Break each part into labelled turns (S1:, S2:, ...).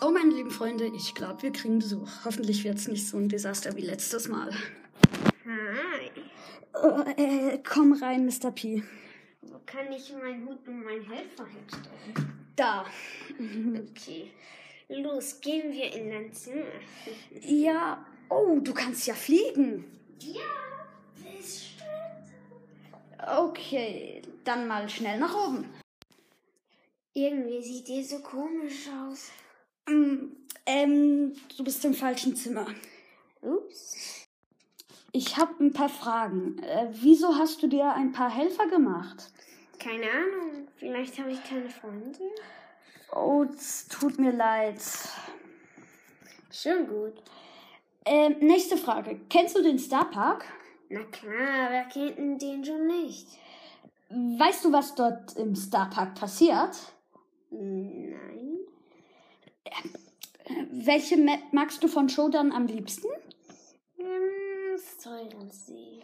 S1: Oh, meine lieben Freunde, ich glaube, wir kriegen Besuch. Hoffentlich wird es nicht so ein Desaster wie letztes Mal.
S2: Hi.
S1: Oh, äh, komm rein, Mr. P.
S2: Wo kann ich meinen Hut und meinen Helfer hinstellen?
S1: Da.
S2: Okay. Los, gehen wir in dein Zimmer.
S1: Ja. Oh, du kannst ja fliegen.
S2: Ja, bis später.
S1: Okay, dann mal schnell nach oben.
S2: Irgendwie sieht ihr so komisch aus.
S1: Ähm, ähm, du bist im falschen Zimmer.
S2: Ups.
S1: Ich habe ein paar Fragen. Äh, wieso hast du dir ein paar Helfer gemacht?
S2: Keine Ahnung. Vielleicht habe ich keine Freunde.
S1: Oh, es tut mir leid.
S2: Schon gut.
S1: Ähm, nächste Frage. Kennst du den Starpark?
S2: Na klar, wer kennt denn den schon nicht?
S1: Weißt du, was dort im Starpark passiert?
S2: Nein.
S1: Äh, Welche Map magst du von Shodan am liebsten?
S2: Ähm, Säurensee.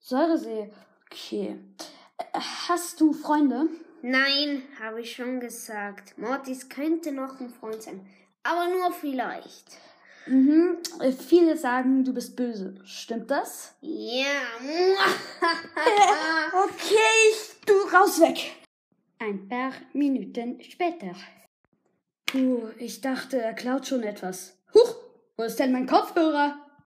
S1: Säuresee. Okay. Äh, Hast du Freunde?
S2: Nein, habe ich schon gesagt. Mortis könnte noch ein Freund sein. Aber nur vielleicht.
S1: Mhm. Äh, Viele sagen, du bist böse. Stimmt das?
S2: Ja.
S1: Okay, du raus weg. Ein paar Minuten später. Puh, ich dachte, er klaut schon etwas. Huch, wo ist denn mein Kopfhörer?